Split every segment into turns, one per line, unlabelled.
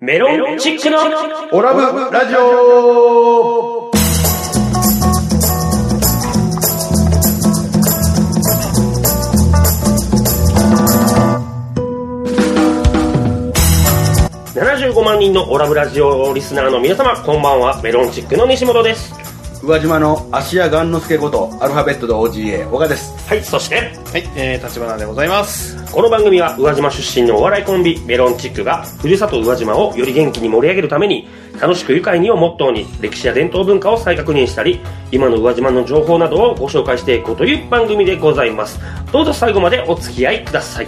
メロンチックの
オラブラジオ
75万人のオラブラジオリスナーの皆様、こんばんは。メロンチックの西本です。
宇和島の芦屋雁之助ことアルファベットで OGA 岡です
はい、そして、
はい、えー、立花でございます。
この番組は宇和島出身のお笑いコンビ、メロンチックが、ふるさと宇和島をより元気に盛り上げるために、楽しく愉快にをモットーに、歴史や伝統文化を再確認したり、今の宇和島の情報などをご紹介していこうという番組でございます。どうぞ最後までお付き合いください。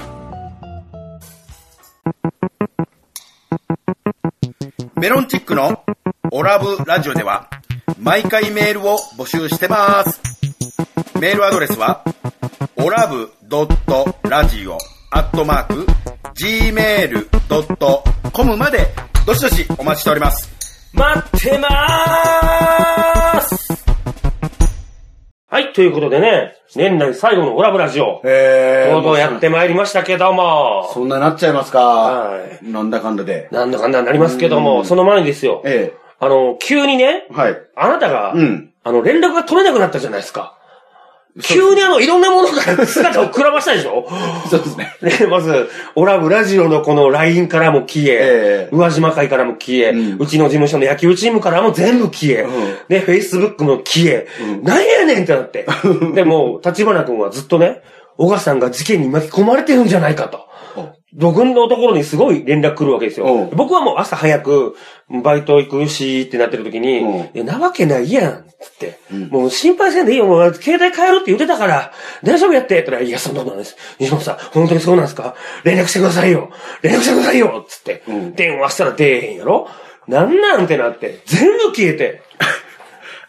メロンチックのオラブラジオでは毎回メールを募集してますメールアドレスはオラブドットラジオアットマーク gmail.com までどしどしお待ちしております
待ってまーすはい、ということでね、年内最後のオラブラジオ、
え
とうとうやってまいりましたけども、
そんななっちゃいますか、
は
なんだかんだで
なんだかんだになりますけども、その前にですよ、
え
あの、急にね
え、はい
あなたが、
うん
あの、連絡が取れなくなったじゃないですか。急にあの、いろんなものから 姿をくらましたでしょ
そうで すね
ね、まず、オラブラジオのこの LINE からも消え
ええ、
宇和島会からも消え、
うん
うちの事務所の野球チームからも全部消え、
うん
ね、Facebook も消え、なんやねんってな って。でも、立花君はずっとね、小川さんが事件に巻き込まれてるんじゃないかと。僕のところにすごい連絡来るわけです
う
よ
ん。
僕はもう朝早く、バイト行くし、ってなってる時に、
うん
いやなわけないやん、つって。もう心配せんでいいよ、もう携帯変えるって言ってたから、大丈夫やって、って言ったら、いや、そんなことないです。西本さん、本当にそうなんですか連絡してくださいよ連絡してくださいよつって、
うん
電話したら出えへんやろなんなんってなって、全部消えて。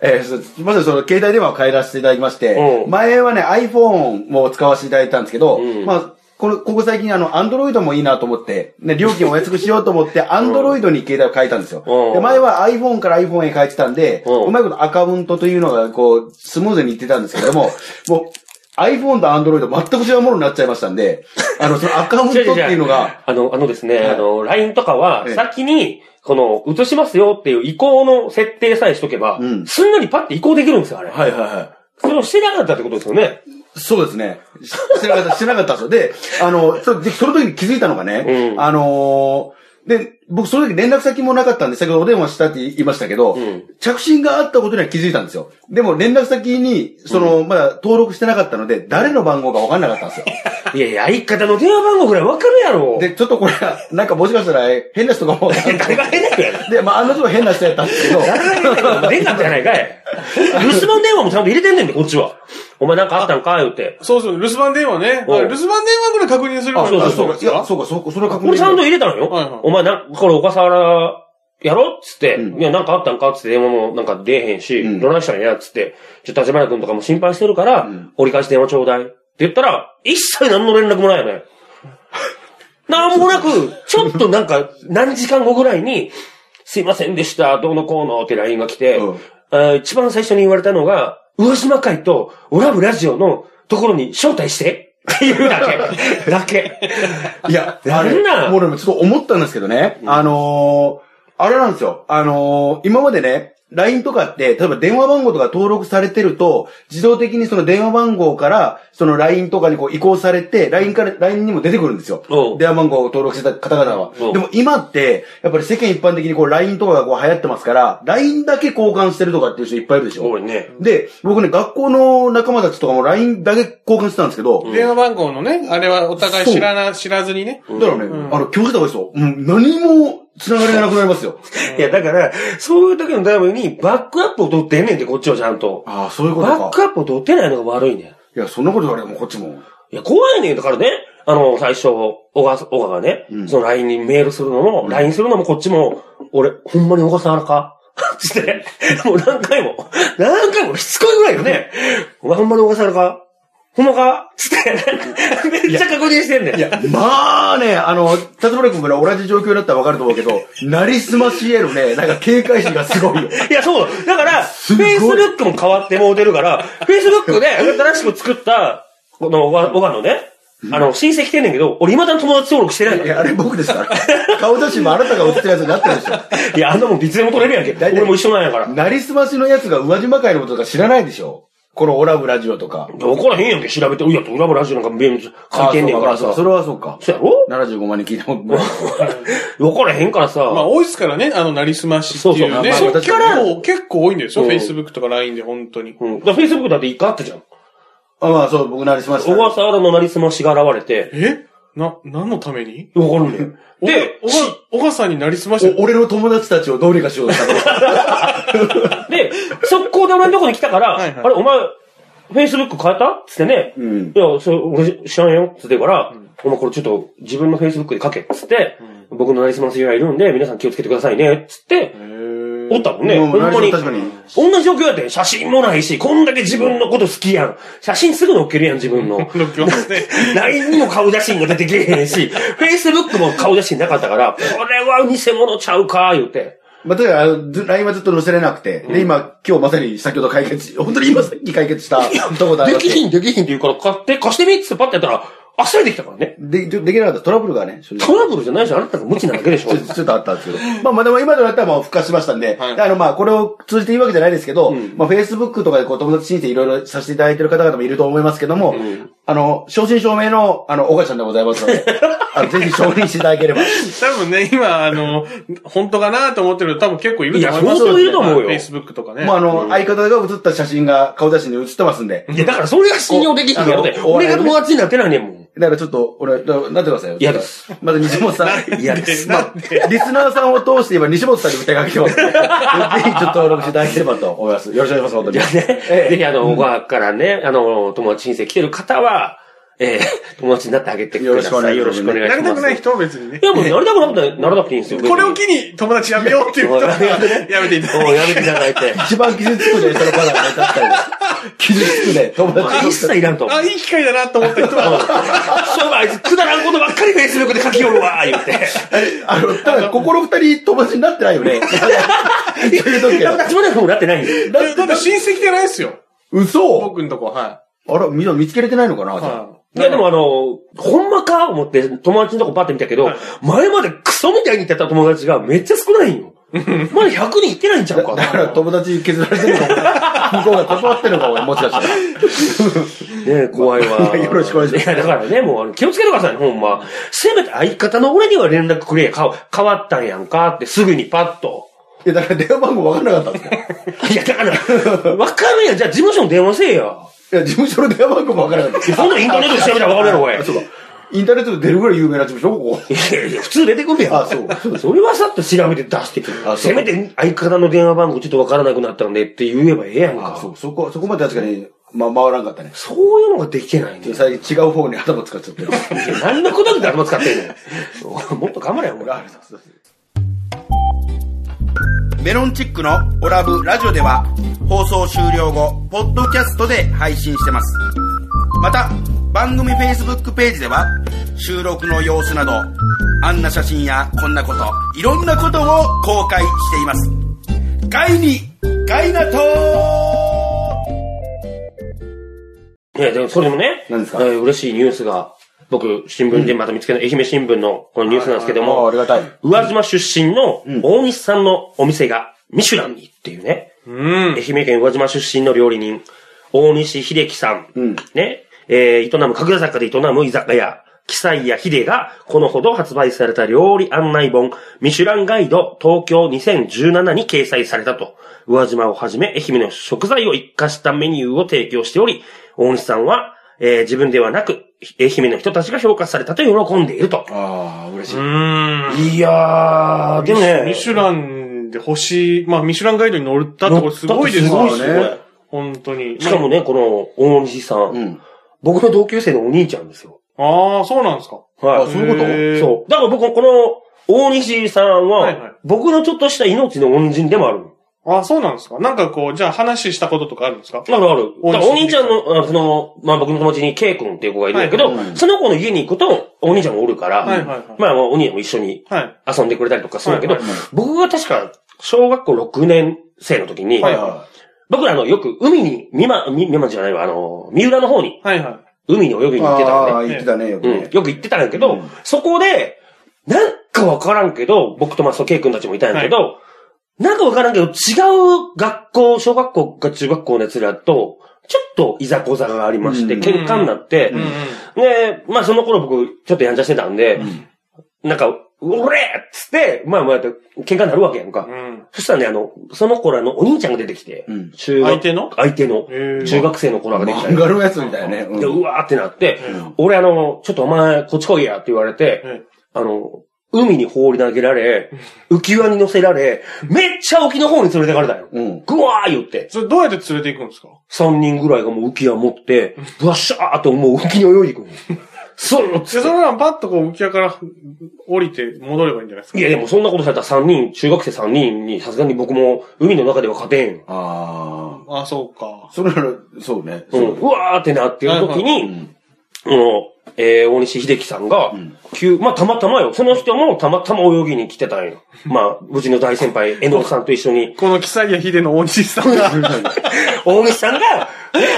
えーそまずその携帯電話を変えらせていただきまして、
うん
前はね、iPhone も使わせていただいたんですけど、
ん
まあ、この、ここ最近あの、Android もいいなと思って、ね、料金をお安くしようと思って、Android に携帯を変えたんですよ。
うん
で前は iPhone から iPhone へ変えてたんで、
うん
うまいことアカウントというのが、こう、スムーズにいってたんですけ ども、もう、iPhone と Android 全く違うものになっちゃいましたんで、あの、そのアカウントっていうの が、
あの、あのですね、
はい
あの、LINE とかは、
ええ
先に、この、移しますよっていう移行の設定さえしとけば、
うん
すんなりパッて移行できるんですよ、あれ。
はいはいはい。
それをしてなかったってことですよね。
そうですね。ししてなかった、してなかったんですよ。で、あの、そでその時に気づいたのがね、
うん
あのーで、僕その時連絡先もなかったんで、先ほどお電話したって言いましたけど、
ん
着信があったことには気づいたんですよ。でも連絡先に、その、まだ登録してなかったので、誰の番号かわかんなかったんですよ。
いやいや、相方の電話番号ぐらいわかるやろ。
で、ちょっとこれは、なんかもしかしたら変な人かもわかんない
誰が変な人 やねん
で、まあ、あの人は変な人やったんですけど、
誰が変な人出んかったやないかい。留守番電話もちゃんと入れてんねんで、こっちは。お前なんかあったんか言うて。
そうそう、留守番電話ね。
おう
はい留守番電話ぐらい確認する
あ、
から
そう
だ
か、
大丈
そ
夫
うか、
で
い
すか
や、そうか、そうか、それは確認
俺ちゃんと入れたのよ。
はいはい
お前なんか、これ小笠原やろっつって、
うん
いや、なんかあったんかっつって電話もなんか出えへんし、
うん
どないしたんやっつって、ちょっと立花君とかも心配してるから、
ん
折り返し電話ちょうだい。って言ったら、一切何の連絡もないよ ね。なんもなく、ちょっとなんか、何時間後ぐらいに、すいませんでした、どうのこうのって LINE が来て、
うん
あー一番最初に言われたのが、上島会とオラブラジオのところに招待して、っていうだけ。 だけ。
いや、
や
あ
る
れ
な、
もうでもちょっと思ったんですけどね、あのー、あれなんですよ。あのー、今までね、LINE とかって、例えば電話番号とか登録されてると、自動的にその電話番号から、その LINE とかにこう移行されて、LINE から、LINE にも出てくるんですよ
おう。
電話番号を登録してた方々は。
おう
でも今って、やっぱり世間一般的にこう LINE とかがこう流行ってますから、LINE だけ交換してるとかっていう人いっぱいいるでしょ。
多いね。
で、僕ね、学校の仲間たちとかも LINE だけ交換してたんですけど、
電話番号のね、あれはお互い知らな、知らずにね。
だからね、あの、気をつけた方がいいですよ。うん、何も繋がりがなくなりますよ。
いや、だから、そういう時のために、バックアップを取ってんねんって、こっちはちゃんと。
ああ、そういうこと
バッ
か
ク。アップを取ってないのが悪いねん。
いや、そんなこと言われてもこっちも。
いや、怖いねん。だからね、あの、最初、小川、小川がね、
うん
その LINE にメールするのも、LINE するのもこっちも、俺、ほんまに小笠原かつって、もう何回も、何回もしつこいぐらいよね。お前ほんまに小笠原かほんまかつって、なんかめっちゃ確認してんねん。いや、
まあね、あの、辰森君もね、同じ状況だったらわかると思うけど、なりすまし得るね、なんか警戒心がすごいよ。
いや、そうだ。だから、
すごい
Facebook も変わってもうてるから、Facebook で新しく作った、この、小川のね、あの、申請来てんねんけど、俺未だに友達登録してない
い
の
や、あれ僕ですから。顔写真もあなたが写ってるやつになってるでしょ。
いや、あんなもんいつでも取れるやんけ。
大体
俺も一緒なんやから。
なりすましのやつが宇和島会のこととか知らないでしょ。このオラブラジオとか。
分からへんやんけ、調べて。いや、裏もラジオなんか弁書いてんねんから
あそう
さ。
そ
そ
れはそうか。
うやろ
75万人聞いたもん。まあ
分からへんからさ。
まあ、多いですからね、あの、なりすましってい
そう
う
そう
ね。
まあ
そっ
確
か
からに
も結構多いんです
う
よ。
ん
Facebook とか LINE で、本当に。
うん。だから Facebook だって一回あったじゃん。
まあ、そう、僕なりすまし
小
た。
笠原のなりすましが現れて、
えな、何のために
分かるねん。で
で、、おが、おがさんになりすまし
お俺の友達たちをどうにかしようとしたと か
で、速攻で俺のとこに来たから、
はいはい
あれ、お前、Facebook 変えたっつってね、
うん
いや、それ、俺知らんよっつってから、お前これちょっと自分の Facebook で書けっつって、僕のなりすましがいるんで、皆さん気をつけてくださいねっつって、おったもんね。
もう
ほんまに。
確かに
同じ状況やってん写真もないし、こんだけ自分のこと好きやん。写真すぐ載っけるやん、自分の。
乗っけますね。
LINE にも顔写真が出てけえへんし、Facebook も顔写真なかったから、これは偽物ちゃうか、言うて。
まあ、とにかく、ず LINE はずっと載せれなくて、で、今、今日まさに先ほど解決し、 本当に今さっき解決したとこであり
で
ま
き
して
ひん、できひんって言うから買って、貸してみっつってパッてやったら、あっさりできたからね。
で、でできなかったトラブルがね、正直
トラブルじゃないじゃん、あなたが無知なだけでしょ
ちょ。ちょっとあったんですけど。まあまあでも今となったらもう復活しましたんで、
はい
あのまあこれを通じていいわけじゃないですけど、まあ Facebook とかでこう友達申請いろいろさせていただいてる方々もいると思いますけども、あの、正真正銘の、あの、岡ちゃんでございますので、あの、ぜひ承認していただければ。
多分ね、今、あの、本当かなと思ってる人多分結構いると思います
いや相当いると思うよ
Facebook とかね。
まああの、相方が写った写真が顔写真で写ってますんで、
いや、だからそれが信用できひんやろね
あ。の
俺が友達になってないねんもん。
だからちょっと、俺、だなってくださいよ。
嫌です。
まず西本さん。
嫌
で
です。
な
まあ
ん
リ
で
スナーさんを通して今、西本さんに疑いを。ぜひちょっと登録していただければと思います。よろしくお願いします、本当に。ええ
ぜひあの、小川からね、あの、友達申請来てる方は、えー、友達になってあげてください。よ
よ
ろ
ろ
し
し
く
く
お
お
願
願
い
な
しま
りたく
す。
ない人は別にね
い。や、もうなりたくなくてならなくていいんですよ。
これを
き
機に友達やめようっていう人は やめていた だい
もうやめていただいて。
一番傷つくね、そのパターンね、確かに。傷つくね、友達
一切いらんと思
て。あ、
う。
いい機会だなと思った 人は。
そうあいつ、くだらんことばっかり Facebook で書きよるわ、言うて。
あの、ただ、心二人友達になってないよね。言うとくけど
友達までもなってないんですよ。
だ
だって親戚じゃないですよ。
嘘
僕んとこ、は
あら、みんな見つけれてないのかな、
い。
じゃあ
はい
いや、でもあの、ほんまか思って友達のとこパッて見たけど、前までクソみたいに言ってた友達がめっちゃ少ないん よ。まだ100人いってないんちゃうか
だから友達削られてるのかも向こうが断ってるのかも、もしかしたら。
ねえ、怖いわ。
よろしくお願いします
や、だからね、もうあの気をつけてくださいね、ほんま。せめて相方の俺には連絡くれや、か変わったんやんかって、すぐにパッ と。
いや、だから電話番号分からなかったんですよ。
いや、だから、わかるやん。じゃあ事務所に電話せえや。
いや、事務所の電話番号も分からなかった。
そんなんインターネットで調べたらわかるやろ、おい。
あそうか。インターネットで出るぐらい有名な事務所、ここ。
いやいや、普通出てくるやん。
あそ う
それはさっと調べて出してくる。
あそう
せめて相方の電話番号ちょっとわからなくなったんでって言えばええやんか。
そう、そこ、そこまで確かに、ま、回らんかったね。
そういうのができてないんだよ。
最近違う方に頭使っちゃってる。
いや何のことだけ頭使ってんねん。もっと頑張れよ、お前。
メロンチックのオラブラジオでは放送終了後、ポッドキャストで配信してます。また、番組 Facebook ページでは収録の様子など、あんな写真やこんなこと、いろんなことを公開しています。ガイに、ガイナトー
いや、でもそれでもね、
何ですか
えー嬉しいニュースが、僕、新聞でまた見つけた、愛媛新聞のこのニュースなんですけど
もうあ
も、
りがたい。
宇和島出身の大西さんのお店が、ミシュランにっていうね、
うん。
愛媛県宇和島出身の料理人、大西秀樹さん、
うん
ね、えー営む、神楽坂で営む居酒屋、記載や秀が、このほど発売された料理案内本、ミシュランガイド東京2017に掲載されたと、宇和島をはじめ愛媛の食材を活かしたメニューを提供しており、大西さんは、えー自分ではなく、愛媛の人たちが評価されたと喜んでいると。
ああ、嬉しい。
うん。
いやー、でもね、
ミシュランで星、まあ、ミシュランガイドに乗ったところすごいです
すごい
っ
す
ね
ごい。
本当に。
しかもね、この大西さん、
うん。
僕の同級生のお兄ちゃんですよ。
ああ、そうなんですか。
は
あそういうこと
へー
そう。だから僕、この、大西さんは、
はいはい
僕のちょっとした命の恩人でもある。
あ、そうなんですか。なんかこう、じゃあ話したこととかあるんですか
あるある。だ
大西
からお兄ちゃんの、あのその、まあ僕の友達に K 君っていう子がいるんだけど、
はいはいはい
その子の家に行くと、お兄ちゃんもおるから、
はいはいはい
まあお兄ちゃんも一緒に
はい。
遊んでくれたりとかするんだけど、
はいはい
僕が確か、小学校6年生の時に、
はい
は
僕らあの、よく海に、みま、み、みまじゃないわ、あの、三浦の方に、
はいは
海に泳ぎに行ってた
あ
の
あ、
ね。
言ってたね、よく
うん
ね。。
よく行ってたんやけど、
うん
そこで、なんかわからんけど、僕とマストケイ君たちもいたんやけど、なんかわからんけど、違う学校、小学校か中学校の奴らと、ちょっといざこざがありまして、
うん
喧嘩になって、
うんうん。
で、まあその頃僕、ちょっとやんちゃしてたんで、なんか、うれっつって、まあまあ、喧嘩になるわけやんか。
うん。
そしたらね、あの、その頃あの、お兄ちゃんが出てきて、
うん
中学
相手の
相手の、
へえ
中学生の子らが出てきた
漫
んや
画のやつみたいね。
で、
う
うんわーってなって、
うん
俺あの、ちょっとお前、こっち来いやって言われて、
え
あの、海に放り投げられ、浮き輪に乗せられ、めっちゃ沖の方に連れてかれたよ。
うん。
ぐわー言って、
それどうやって連れていくんですか
3人ぐらいがもう浮き輪持って、ブワッシャーってもう浮きに泳いでいくの。そうっ
で、そのままパッとこう浮き輪から降りて戻ればいいんじゃないですか
いやでもそんなことされたら3人、中学生3人に、さすがに僕も海の中では勝てんよ。
あ
あ、そうか
あ。。それなら、そうね。
う
そ
ん、うわーってなってる時
う
に、
ん。
もう、えー、大西秀樹さんが
ん、
急、まあ、たまたまよ。その人もたまたま泳ぎに来てたんよ。まあ、無事の大先輩、江野さんと一緒 に。
このキサギヤヒデの大西さんが。
大西さんが、ね、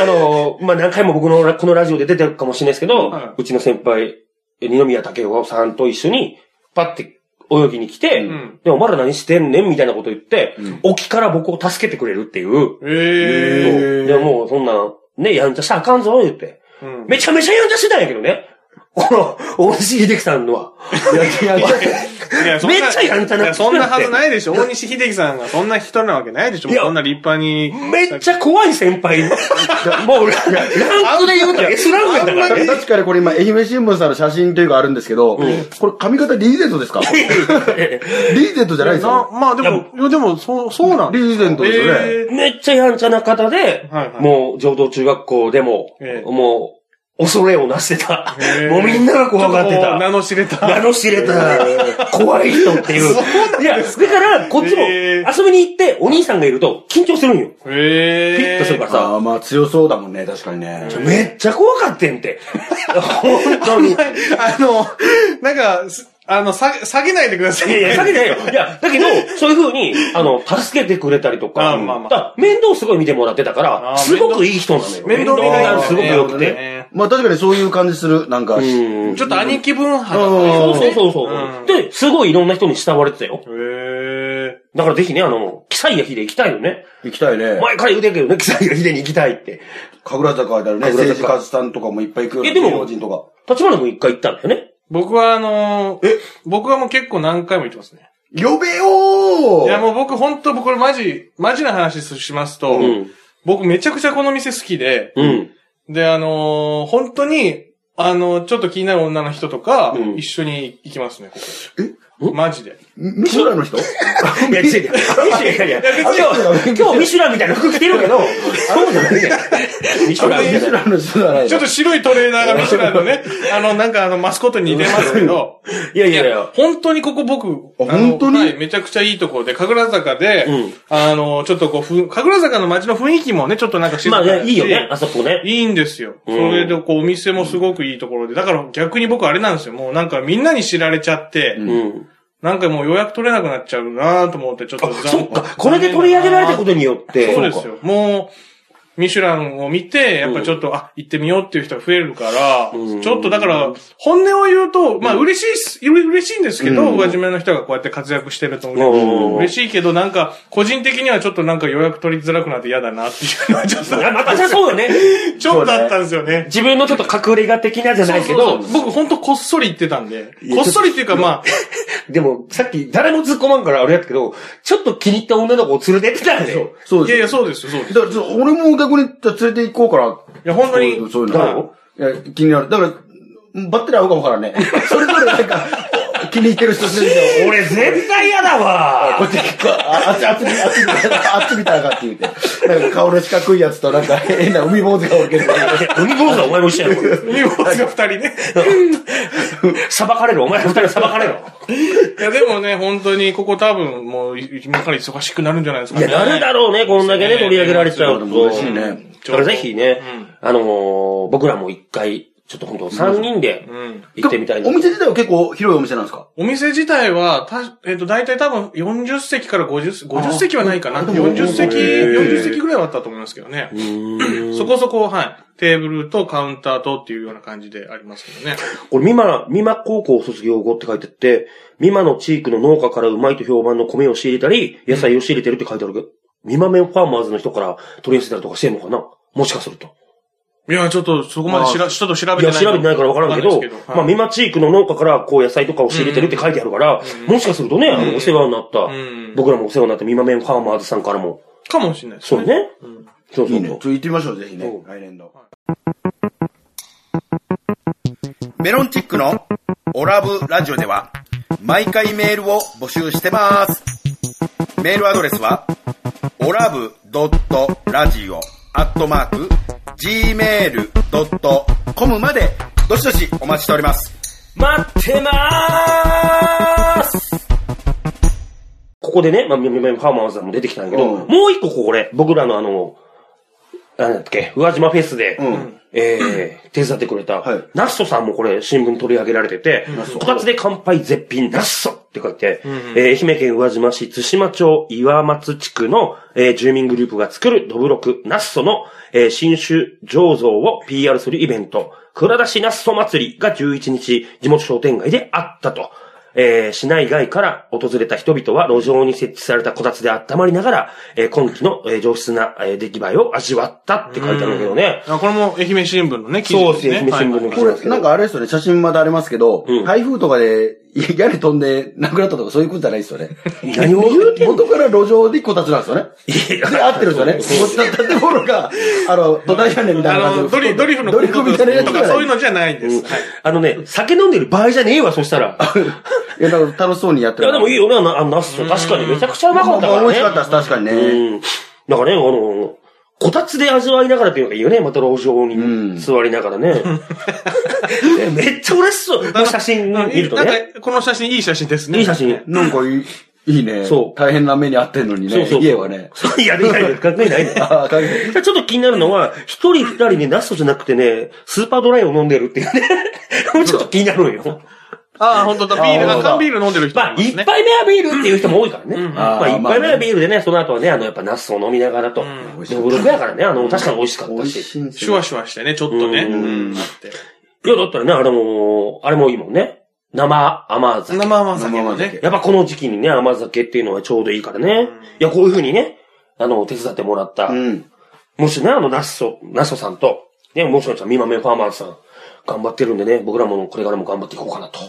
あの、まあ、何回も僕のラこのラジオで出てるかもしれないですけど、
はいう
ちの先輩、二宮武夫さんと一緒に、パッて泳ぎに来て、
ん
で、お前ら何してんねんみたいなこと言って、沖から僕を助けてくれるっていう。
ええ。
で、もうそんなん、ね、やんちゃしたらあかんぞ、言って。
うん
めちゃめちゃやんちゃしてたんやけどね。この、大西秀樹さんのは。
やってやって
いやそんな
めっちゃやんちゃな
やそんなはずないでしょ。大西秀樹さんがそんな人なわけないでしょ。
いや
こんな立派に。
めっちゃ怖い先輩。もう、ラランクで言うと S ランクやったからね。
確かにこれ今、愛媛新聞さんの写真というかあるんですけど、これ髪型リーゼント ですかリーゼントじゃないです
な
よ。
まあでも、いやでも、そう、そうなん
リーゼントですよね。
え
めっちゃやんちゃな方で、
はいはい
もう、浄土中学校でも、
ええ
もう、恐れをなしてた。
え
もうみんなが怖がって
ちょとこう名
た。
の知れた。
名の知れた、怖い人っていう。いや、だから、こっちも、
ええ
遊びに行って、お兄さんがいると、緊張するんよ。
ええ。
ピッとするからさ
あ。あ、まあ強そうだもんね、確かにね。
めっちゃ怖かってん って。本当に。い
あの、なんか、すあの、下げ、下げないでください。
やいや、避けてないよ。いや、だけど、そういう風に、あの、助けてくれたりとか、
あまあま
だ
あ
から面倒すごい見てもらってたから、
あ
すごくいい人なのよ。
面倒見がいいんだね
すごく良くて。
ね
まあ確かにそういう感じする、なんか。
うん。
ちょっと兄貴分派だね。
そ
あ
うそうそうそう、
うん
で、すごいいろんな人に慕われてたよ。
へえ。
だからぜひね、あの、キサイヤヒデ行きたいよね。
行きたいね。
前から言うてるけどね、キサイヤヒデに行きたいって。
神楽坂だよね。
神楽坂
政治家さんとかもいっぱい行くよ、ね。
えでも
芸能人とか。
立花君一回行ったんだよね。
僕はあのー、僕はもう結構何回も言ってますね。
呼べよー
いやもう僕本当、僕これマジ、マジな話しますと、
ん
僕めちゃくちゃこの店好きで、
うん。
で、あのー、本当に、あのー、ちょっと気になる女の人とか、
うん
一緒に行きますね、ここ。マジで。
ミシュランの人
いや、違う違 う。いやいやいや、今日、今日ミシュランみたいな服着てるけど、そうじゃないやんミシュランみ
ミシ
たい
ュ
な。
ランの人じゃないの。
ちょっと白いトレーナーがミシュラ ンのね、あの、なんかあの、マスコットに似てますけど、
いやいやいや。
本当にここ僕、
あ
あの
本当に
はいめちゃくちゃいいところで、神楽坂で、
うん
あの、ちょっとこうふ、神楽坂の街の雰囲気もね、ちょっとなんか静
ま
か
あ
だし
ね、いいよね、あそこね。
いいんですよ。そ
うん
れで、こう、お店もすごくいいところで。だから逆に僕あれなんですよ。もうなんかみんなに知られちゃって、
うん。
なんかもう予約取れなくなっちゃうなと思って、ちょっと
あ
残。
そっか、これで取り上げられたことによって。
そうですよ。もう、ミシュランを見て、やっぱちょっと、あ、行ってみようっていう人が増えるから、
うん
ちょっとだから、本音を言うと、まあ嬉しいっす、うれ嬉しいんですけど、
うん
上島の人がこうやって活躍してると
うん
思う嬉しいけど、なんか、個人的にはちょっとなんか予約取りづらくなって嫌だなっていうのはちょっ
いや
と、
またじゃそうよね。
ちょっとあったんですよね。
自分のちょっと隠れ家的なじゃないけど、
僕ほんとこっそり言ってたんで
い、や
こっそりっていうかまあ、
でも、さっき誰も突っ込まんからあれやったけど、ちょっと気に入った女の子を連れてってたんだよ。
そう
いやい
で。
や、そうですよ、そうですす。い
だから俺も逆にじゃあ連れて行こうかな。
や、本当に、
そういう
誰
の
を。
いや、気になる。だから、バッテリー合うかもわからんね。それぞれなんか、気に入ってる人連れて行こう
俺絶対嫌だ
こ
わ
っち、こああっち、あっち、あっち、あっち見たらあかって言うて。なんか顔の四角いやつとなんか変な海坊主がおるけど。
海坊主はお前も一緒やろ。
荷物が二人ね。
裁かれる、お前ら二人裁かれろ。
いや、でもね、本当に、ここ多分、もう、今から忙しくなるんじゃないですか
い
ね。
や、なるだろうね、こんだけね、
そうですね
取り上げられちゃうと。
そうでも嬉しいね
だからぜひね、あのー僕らも一回、ちょっと本当3人で
うん。
行ってみたいな
お。店自体は結構広いお店なんですか
お店自体は、た、えっ、と、大体多分40席から50、50席はないかな。
あでも
40席、
へ
ー
40席ぐらいはあったと思いますけどね。
うーん
そこそこ、はい。テーブルとカウンターとっていうような感じでありますけどね。
これ、美馬、美馬高校卒業後って書いてあって、美馬の地域の農家からうまいと評判の米を仕入れたり、野菜を仕入れてるって書いてあるけど、美馬麺ファーマーズの人から取り寄せたりとかしてんのかなもしかすると。
いや、ちょっとそこまで知ら、ちょっと調べ
い
てな
や、
い。
調べてないから分からんけど、まあ、
み
美馬地域の農家からこう野菜とかを仕入れてるって書いてあるから、
うん
もしかするとね、あ
う
の
ん
お世話になった、
うん。
僕らもお世話になった美馬麺ファーマーズさんからも、
かもしれないです
そ
ね。
う。ね。
ん
そう
い
そ
いうね。ち
そ
ょ
う
っ。と行ってみましょう、ぜひね
うん。
来年度。
メロンチックのオラブラジオでは毎回メールを募集してます。メールアドレスはオラブドットラジオアットマーク gmail.com までどしどしお待ちしております。
待ってまーすここでね、まあ、みみみファーマーズさんも出てきたんだけど、
うん
もう一個これ、僕らのあの、なんだっけ、宇和島フェスで、
うん。
えー、手伝ってくれた、
はい
ナッソさんもこれ、新聞に取り上げられてて、こたつで乾杯絶品ナッソって書いて、
んうん
えー愛媛県宇和島市津島町岩松地区の、えー住民グループが作るどぶろくナッソの、えー新酒醸造を PR するイベント、蔵出しナッソ祭りが11日、地元商店街であったと。えー市内外から訪れた人々は路上に設置されたこたつで温まりながら、えー今季の、えー上質な、えー出来栄えを味わったって書いてあるんだけどね。
あこれも愛媛新聞のね、記
そうで
事ですす
ね
ね。
愛媛新聞の記
こ
事
れ、なんかあれですよね、写真まだありますけど、
うん
台風とかで屋根飛んでなくなったとかそういうことじゃないですよね。
何を言うてんの
元から路上でこたつなんですよね。
い
で、合ってるんですよね。こっちの建物が、あの、土台屋根みたいな
あ
感じ
の、
で
ドリ、ドリフの
ドリフみたいなやつ
と
じゃな
かそういう
い
のじゃないです。はい。
あのね、酒飲んでる場合じゃねえわ、そした ら。
いや、なんか楽しそうにやって
い
る。
や、でもいいよね、あの、あのナスと。確かにめちゃくちゃうまかったか
まあ
ら
ま
ね。
あ美味しかったです、確かにね。
うん。なんかね、あの、こたつで味わいながらっていうのがいいよね、また路上
ん
に座りながら ね。ねめっちゃ嬉しそう。この写真見るとね。
なんか、この写真、いい写真ですね。
いい写真。
なんかいい、いいね。
そう
大変な目に遭ってんのに
そう
ね
そうそ、う
家はね。
そういや、でき ないです。関係ないね。
ああ、大変。
ちょっと気になるのは、一人二人ね、ナストじゃなくてね、スーパードライを飲んでるっていうね。 ちょっと気になるのよ。
ああ、本当だ。ビール
あ
が、
本当だ
缶ビール飲んでる人も
まあ、一
いますね。
杯目はビールっていう人も多いからね。まあ、
あー
一杯目はビールでね、その後はね、あの、やっぱナスを飲みながらと。
ん
でも、ブログやからね、あの、確かに美味しかっ
美
た
味
し。
しいんです
シュ
よ。
ワシュワしてね、ちょっとね。
うん
うんあって
いや、だったらね、あれも、あれもいいもんね。生甘酒。
生甘酒も
生甘
ね
酒。
やっぱこの時期にね、甘酒っていうのはちょうどいいからね。いや、こういう風にね、あの、手伝ってもらった。
うん。
もしね、あの、ナッソ、ナッソさんと、ね、もしかしたらミマメンファーマーズさん、頑張ってるんでね、僕らもこれからも頑張っていこうかなと、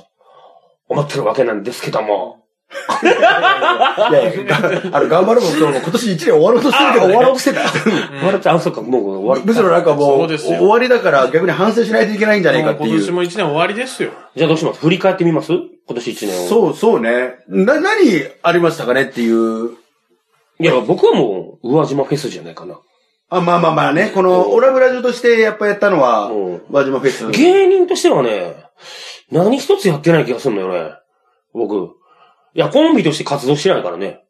思ってるわけなんですけども。
いやいや、があの、頑張るもん、今年一年終わろうとしてるけど、終わろうとしてた。
笑っちゃう、あ、そうか、もう終わる。
むしろなんかも、
そううですよ
終わりだから逆に反省しないといけないんじゃない
も
か
う
って
今
い
年
う。
も一年終わりですよ。
じゃあどうします振り返ってみます今年一年を。
そうそうね。な、何ありましたかねっていう。
いや、僕はもう、宇和島フェスじゃないかな。
あ、まあまあまあね、この、オラブラジオとしてやっぱやったのは
うん、
和島フェス。
芸人としてはね、何一つやってない気がするんだよね。僕。いや、コンビとして活動してないからね。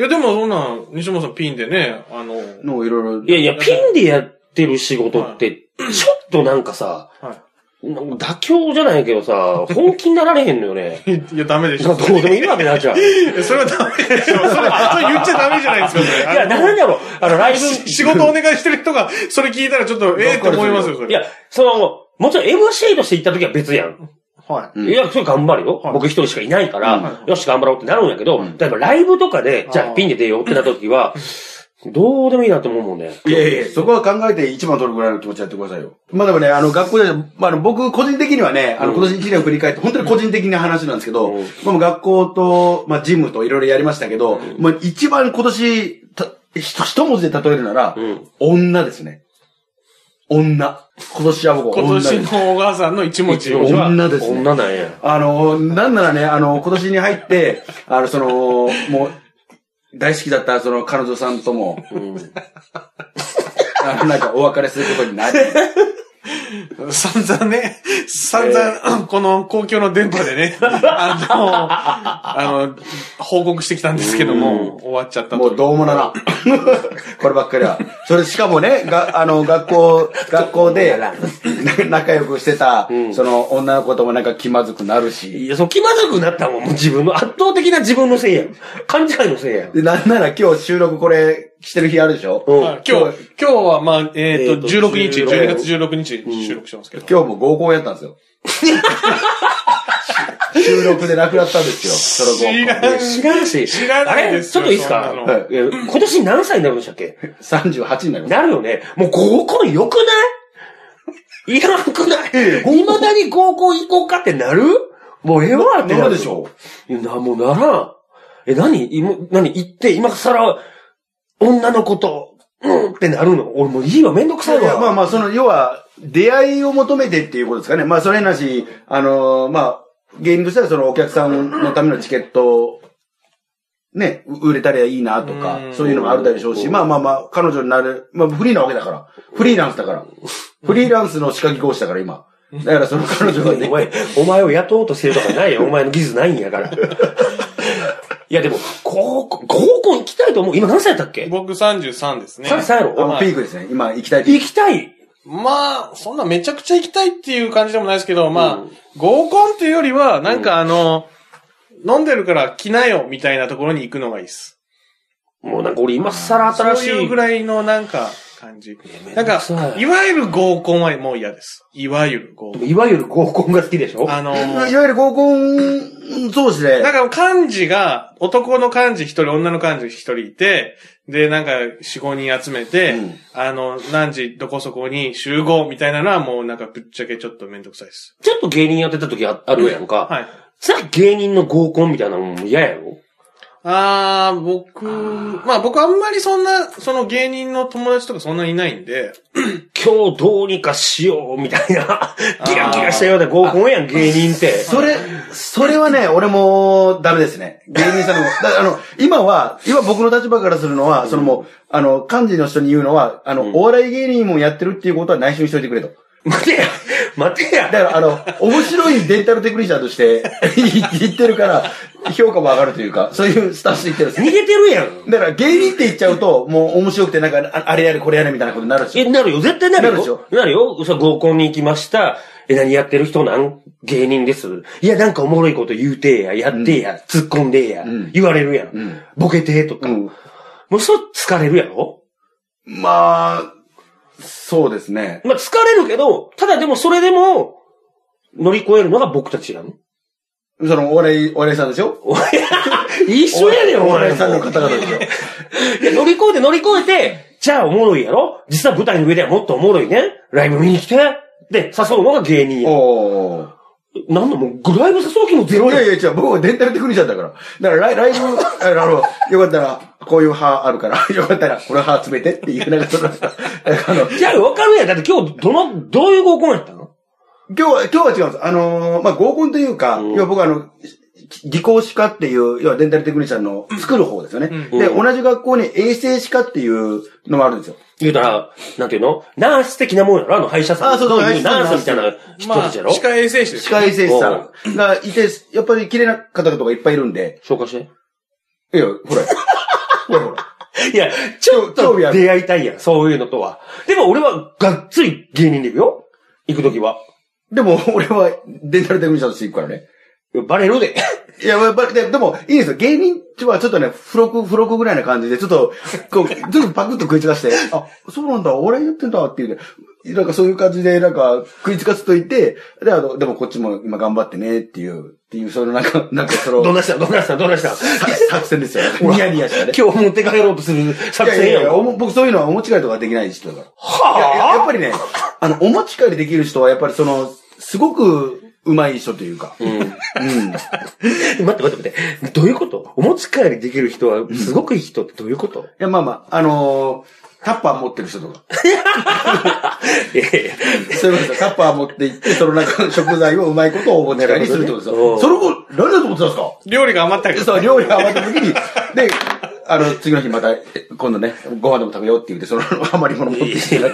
いや、でもそんな、西本さんピンでね、あの、
のいろいろ。
いやいや、ピンでやってる仕事って、ちょっとなんかさ、
は
なんか妥協じゃないけどさ、本気になられへんのよね。
い。いや、ダメでし
なん
ょ。
かどうでもいいわけになっちゃう。い
いやそれはダメでしょ。それ、それ言っちゃダメじゃないですか、それ。
や、なんだろう。あの、ライブ、
し仕事お願いしてる人が、それ聞いたらちょっと、ええと思いますよ、そ
い
れ。
や、その、もちろん MC として行った時は別やん。
はい
いや、それ頑張るよ。
はい
僕一人しかいないから、
う
よし、頑張ろうってなるんやけど、
うん
例えばライブとかで、じゃ
あ
あ
ー
ピンで出ようってなった時 は、どうでもいいなと思うもんね。
いやいや、そこは考えて一番取るぐらいの気持ちやってくださいよ。まあでもね、あの、学校で、まああの、僕個人的にはね、あの、今年1年を振り返って、本当に個人的な話なんですけど、
うん
まあ学校と、まあジムといろいろやりましたけど、まあ一番今年、たひ一文字で例えるなら、
うん
女ですね。女。今年は僕は
今
女です
年の小川さんの一文字を。
女ですね
女なんや。
あの、なんならね、あの、今年に入って、あの、その、もう、大好きだった、その、彼女さんとも、
うん。
あの、なんかお別れすることになり、
散々ね、散々、この公共の電波でね、あの、あの、報告してきたんですけども、終わっちゃっ た
も
と。
うどうもなら。こればっかりは。それしかもね、が、あの、学校、学校で、な仲良くしてた、その女の子ともなんか気まずくなる
い
し。
や、その気まずくなったもん、もう自分の、圧倒的な自分のせい やん。勘違いのせいやん。
で、なんなら今日収録これしてる日あるでしょ
うん。
はい今日、今日はまあ、え
え
っ
ー
と、
と
16日、
16
12月16日収録してますけど。
今日も合コンやったんです よ。収録でなくなったんですよ、その合
知らん
コン。
知らんし。
知らないです
あれちょ
よ
っといいですか
そんなの
はいいや今年何歳になるんでしたっけ
38になりまし
なるよね。もう合コン良くないいらんくない未だに合コン行こうかってなるもうええわって
た。
な
どう
る
でしょ
いやな、もうならん。え、何今、何言って、今更、女の子と、うんってなるの俺もういいわ、めんどく
うい
さい
や
わ。
まあまあ、その、要は、出会いを求めてっていうことですかね。まあ、それなし、あのーまあ、芸人としてはそのお客さんのためのチケット、ね、う売れたらいいなとか
う、ん
そういうのもあるでしょうし、まあまあまあ、彼女になる、まあ、フリーなわけだから。フリーランスだから。フリーランスの仕掛け講師だから、今。だからその彼女が ね
お、前、お前を雇おうとしてるとかないよ。お前の技術ないんやから。い や、でも、合コン、合コン行きたいと思う。今何歳だったっけ
僕33ですね。
三十三やろ
あのピークですね。今、行きたいピーク
行きたい。
まあ、そんなめちゃくちゃ行きたいっていう感じでもないですけど、まあ、
うん
合コンっていうよりは、なんかあの、飲んでるから来なよみたいなところに行くのがいいです。
もうなんか俺今更
そう
新しい。
いうぐらいのなんか感じ。なんか
そうや、
いわゆる合コンはもう嫌です。いわゆる合コン。
いわゆる合コンが好きでしょ
あの、
いわゆる合コン、そうです
なん
ね。
か漢字が、男の漢字一人、女の漢字一人いて、で、なんか、四五人集めて、
うん
あの、何時、どこそこに集合みたいなのはもうなんかぶっちゃけちょっとめんどくさいです。
ちょっと芸人やってた時ああるやんか。
はい。
さあ芸人の合コンみたいなのも嫌やろ
あー、僕、まあ僕あんまりそんな、その芸人の友達とかそんなにいないんで、
今日どうにかしようみたい な、ギラギラしたような合コンやん、芸人って。
それ、それはね、俺もダメですね。芸人 さんの、だあの、今は、今僕の立場からするのは、そのもう、あの、漢字の人に言うのは、あの、お笑い芸人もやってるっていうことは内緒にしといてくれと。
待てや待てや
だから、あの、面白いデンタルテクニシャンとして 言ってるから、評価も上がるというか、そういうスタンスで言ってるんです
逃げてるやん。
だから、芸人って言っちゃうと、もう面白くて、なんか、ああれやれこれやれみたいなことになるんですよ
え、なるよ。絶対なるよ。
なるでしょ
なるよ。さ、合コンに行きました。え、何やってる人なん芸人です。いや、なんかおもろいこと言うてや、やってや、突っ込んでや、
ん
言われるやん。
ん
ボケてとか。
うん
もうそれ疲れるやろ
まあ、そうですね。
まあ、疲れるけど、ただでもそれでも、乗り越えるのが僕たちなの
その、お笑い、お笑いさんでしょ
一緒やねん、お
お笑
前
いさんの
も。
方々ですよ。
いや乗り越えて乗り越えて、じゃあおもろいやろ実は舞台の上ではもっとおもろいね。ライブ見に来て。で、誘うのが芸人や。
おー
なんだもう、ライブ誘う気もゼロ
い
やん
やいや、違う、僕はデンタルテクニシャンだから。だからライ、ライブ、あの、よかったら、こういう歯あるから、 よかったら、この歯詰めてっていう、なんかその、なんかあの、
じゃあ、わかるやん。だって今日、どの、どういう合コンやったの
今日は、今日は違うんです。あのーまあ、合コンというか、
うん
要は僕はあの、技工歯科っていう、要はデンタルテクニシャンの作る方ですよね。
うん
で、同じ学校に衛生歯科っていうのもあるんですよ。
言うたら、なんていうのナース的なもんやろあの、歯医者さん。
あそうそう
いナースみたいな人
ま
た
あ、
ちやろ、
歯科衛生士です
歯。科衛生士さんがいて、やっぱり綺麗な方々がいっぱいいるんで、
紹介して。
いや、ほ ら、ほらほら。
いや、ちょっ
興
と
味ある
出会いたいやん。そういうのとは。でも俺は、がっつり芸人で行くよ。行くときは。
でも、 俺はデンタルテクニシャンとして行くからね。
いやバレるで。
いや、やっぱりででも、いいですよ。芸人はちょっとね、付録、付録ぐらいな感じで、ちょっと、こう、ち ょっとパクッと食いつかして、あ、そうなんだ、俺やってんだっていうね、なんかそういう感じで、なんか、食いつかせといて、で、あの、でもこっちも今頑張ってねっていう、っていう、そのなんか、 なんかそ
どん
の、
な人だどんな人だどんな人だ
さ 作戦ですよ。ニヤニヤしたね。
今日持って帰ろうとする作
いやい
戦や
や
ん。
いや、おも僕そういうのはお持ち帰りとかできない人だから。いやいややっぱりね、あの、お持ち帰りできる人は、やっぱりその、すごく、うまい人というか。うん。
待って待って待って。どういうことお持ち帰りできる人は、すごくいい人ってどういうこと、
いや、まあまあ、あのータッパー持ってる人とか。
いやいや
そういうことですよタッパー持って行って、その中の食材をうまいことをお持ち帰りするってことです
なるほど
よ。
ね
それも、何だと思ってたんですか
料理が余ったけど。
そう、料理が余った時に、で、あの、次の日また、え今度ね、ご飯でも食べようって言って、その、ハマり物持ってきてない。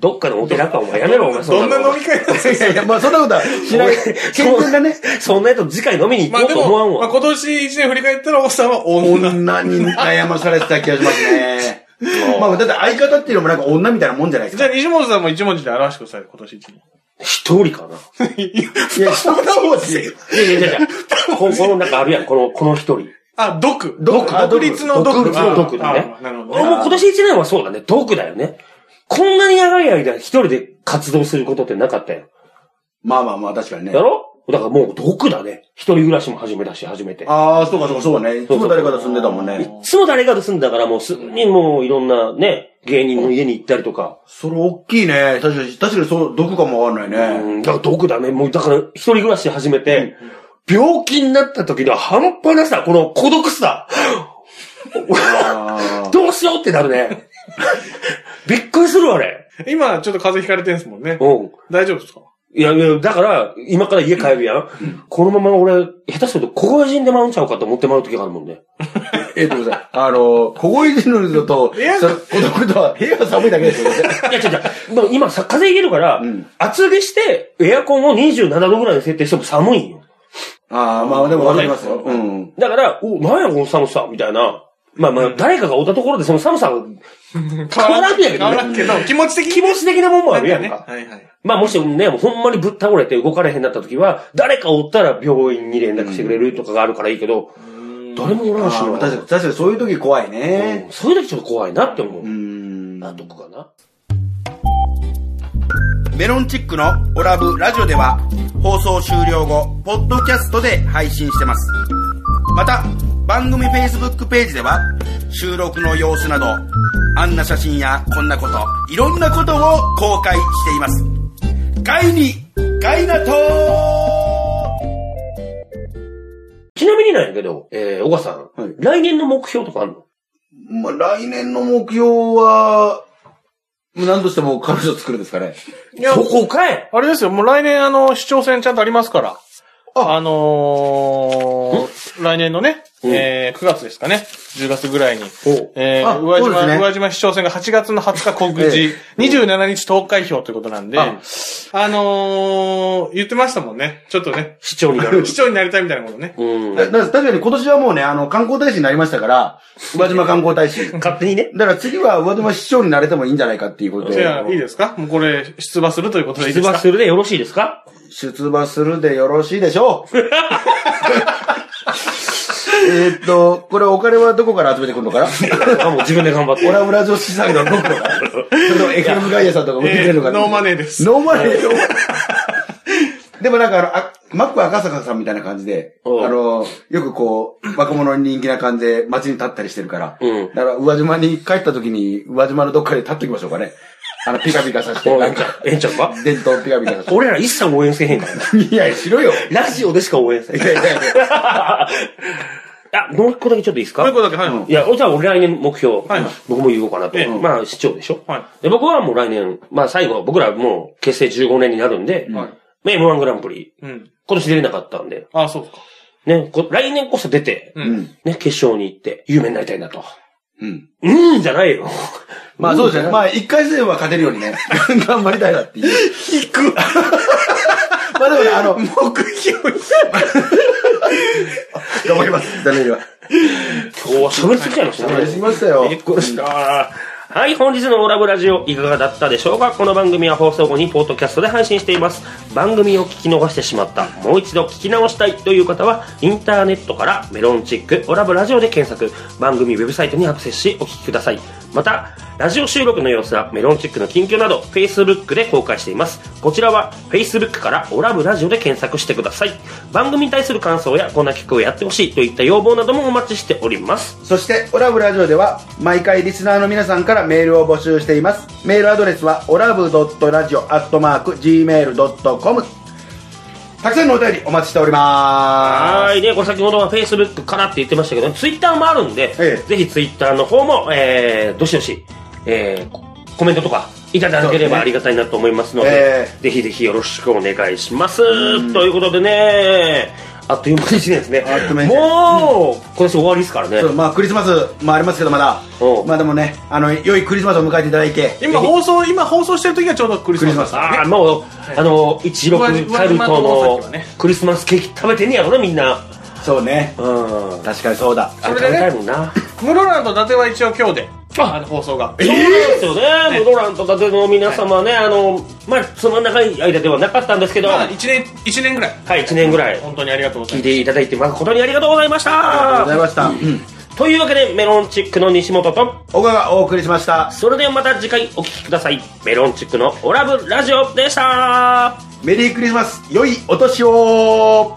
どっかのお寺か、お前。やめろ、お 前。
どんな飲み会なんですか
いやいや、まあそんなことはしない。健全なね、
そんなやつ次回飲みに行
ま
こ
あ
う
で
と思わん
も、ま
わ。
あ今年一年振り返ったら、おっさんは女。
女に悩まされてた気がしますね。まあ、だって相方っていうのもなんか女みたいなもんじゃないです
じゃ
か
あ、。西本さんも一文字で表してください、今年一年。
一人かな。
いや、人の方で。
いやいやいやいや、ここの中あるやん、この、 この一人。
あ、毒。
毒あ
独立の毒。
独立の
毒だね
ああなるほど
俺
ね。
も今年一年はそうだね、毒だよね。こんなに長い間一人で活動することってなかったよ。
まあまあまあ、確かにね
だ。ろだからもう毒だね。一人暮らしも始めたし、初めて。
ああ、そうかそうか、そうね。いつも誰かと住んでたもん
いっ
ね。
つも誰かと住んでたから、もうすぐにもういろんなね、芸人の家に行ったりとか。
それ大きいね。確かに、確かにそう、毒かもわかんないうね。
ん、だから毒だね。もうだから一人暮らし始めて、病気になった時の半端なさ、この孤独さ。
あ
どうしようってなるね。びっくりするわ、あれ。
今、ちょっと風邪ひかれてるんですもんね。
うん。
大丈夫ですか
いやいや、だから、今から家帰るやん。このまま俺、下手すると、小声死んでまうんちゃうかと思ってまう時があるもんね。
あ。 えっと、ごめんなさい。あの、小声人の人と、そ
部
の
屋
孤独とは、部屋が寒いだけですよね。
いや、違う違う。でも今さ、風邪ひけるから、
ん
厚着して、エアコンを27度ぐらいに設定しても寒いんよ。
ああ、まあでもわかりますよ。うん。
だから、お、なんやこの寒さ、みたいな。まあまあ、誰かがおったところでその寒さを、
変
わらんけどね
変わらんけど、気持ち的に。
気持ち的なもんもあるやん
なん
か。
はいはい。
まあもしね、もうほんまにぶっ倒れて動かれへんなった時は、誰かおったら病院に連絡してくれるとかがあるからいいけど、誰もお
あ
らんし
ー
な
確かに、確かにそういう時怖いね
う。んそういう時ちょっと怖いなって思う。
うん。
あ、どこかな
メロンチックのオラブラジオでは放送終了後、ポッドキャストで配信してます。また、番組 Facebook ページでは収録の様子など、あんな写真やこんなこと、いろんなことを公開しています。ガイに、ガイナトー
ちなみになんやけど、えー、小川さん、
はい
来年の目標とかあるの
まあ、来年の目標は、何としても彼女作るですかね。
いや
そこかい
あれですよ、もう来年あの、市長選ちゃんとありますから。あ、のー、来年のね、えー、9月ですかね、10月ぐらいに。
お
え
あ
ー、宇和
そうです
島、
ね
宇和島市長選が8月の20日告示、
え
27日投開票ということなんで、あ
あ
のー、言ってましたもんね。ちょっとね、
市長にな る
市。長になりたいみたいなことね。
うん。
だだ確かに今年はもうね、あの、観光大使になりましたから、宇和島観光大使。だ
勝手にね。
から次は宇和島市長になれてもいいんじゃないかっていうこと
じゃあ、いい
で。
ですかもうこれ、出馬するということでいい
出
です
馬
か
するでよろしいですか
出馬するでよろしいでしょう えーっと、これお金はどこから集めてくるのかな
あ、もう自分で頑張って。
オラブラ女子詐欺のどこからそれとも FM ガイアさんとか売ってくれるのかな、
えーノーマネーです
ノーマネーよ。でもなんかあの、あマック赤坂さんみたいな感じで、あ
うん
の、よくこう、若者に人気な感じで街に立ったりしてるから、
うん
だから、宇和島に帰った時に、宇和島のどっかで立っときましょうかね。あの、ピカピカさせて、
お
な
えん
ん
ちゃ
か、
ん、えんちゃんか
伝統ピカピカさせ
俺ら一切応援せへんからな。
て。いや、しろよ。
ラジオでしか応援せへん。
いやいやいや
あ、もう一個だけちょっといいですか
もう一個だけ、はい。
うん
いや、じゃあ俺来年目標、
はいはい
僕も言おうかなと。
ええ
まあ、市長でしょ、
は
で僕はもう来年、まあ最後、僕らもう結成15年になるんで、
はい
まあ M1 グランプリ、
うん。
今年出れなかったんで、
あ、そうか。
ね、こ来年こそ出て、
う。
うんん。
ね、決勝に行って、有名になりたいなと。
うん。
うん、じゃないよ。
まあそうですね。まあ一回戦は勝てるようにね、 頑張りたいなっていう。
引 く。
まあでもね、あの、
目標に。
頑張ります。ダメには。
今日は喋りすぎちゃいました
頑張りすぎ
ね。
ましたよ。
びっくりした。はい、本日のオラブラジオいかがだったでしょうかこの番組は放送後にポッドキャストで配信しています。番組を聞き逃してしまった、もう一度聞き直したいという方は、インターネットからメロンチックオラブラジオで検索、番組ウェブサイトにアクセスしお聞きください。また、ラジオ収録の様子はメロンチックの近況など、Facebook で公開しています。こちらは Facebook からオラブラジオで検索してください。番組に対する感想やこんな企画をやってほしいといった要望などもお待ちしております。
そして、オラブラジオでは、毎回リスナーの皆さんからメールを募集しています。メールアドレスは、オラブドットラジオアットマーク、gmail.com。たくさんのお便りお待ちしておりま
はい。で、これ先ほどは Facebook からって言ってましたけど、Twitter もあるんで、
ええ
ぜひ Twitter の方も、えー、どしどし、えーココメントとかいただければありがたいなと思いますので、
そうですね
ぜひぜひよろしくお願いします。ということでね、あっという間に1年ですね。
あっという間に一
もう、今年終わりですからね。
そうまあクリスマスもありますけどまだ
うん
まあでもねあの良いクリスマスを迎えていただいて
今放送、今放送してる時はちょうどクリスマスですから
ああ、
ね。
もう、あの、一六タルト
上島と大崎は
の
ね
クリスマスケーキ食べてんねやろな、みんな。
そうね
うん。あ
確かにそうだ
そ
食
れ
べ
でね
たいもんな。
室蘭と伊達は一応今日で、あの放送が。
そうなんですよね、ムドランと伊達の皆様ね、あの、まあ、そんな長い間ではなかったんですけど、
まあ、1年、一年ぐらい。
はい、1年ぐらい
本当にありがとうご
聞
ざ
い
います。
ていただいて、誠にありがとうございまし
ありがとう
た。
ございました、うん、
というわけで、メロンチックの西本と、
岡がお送りしました
それではまた次回お聞きください。メロンチックのオラブラジオでした。
メリークリスマス良いお年を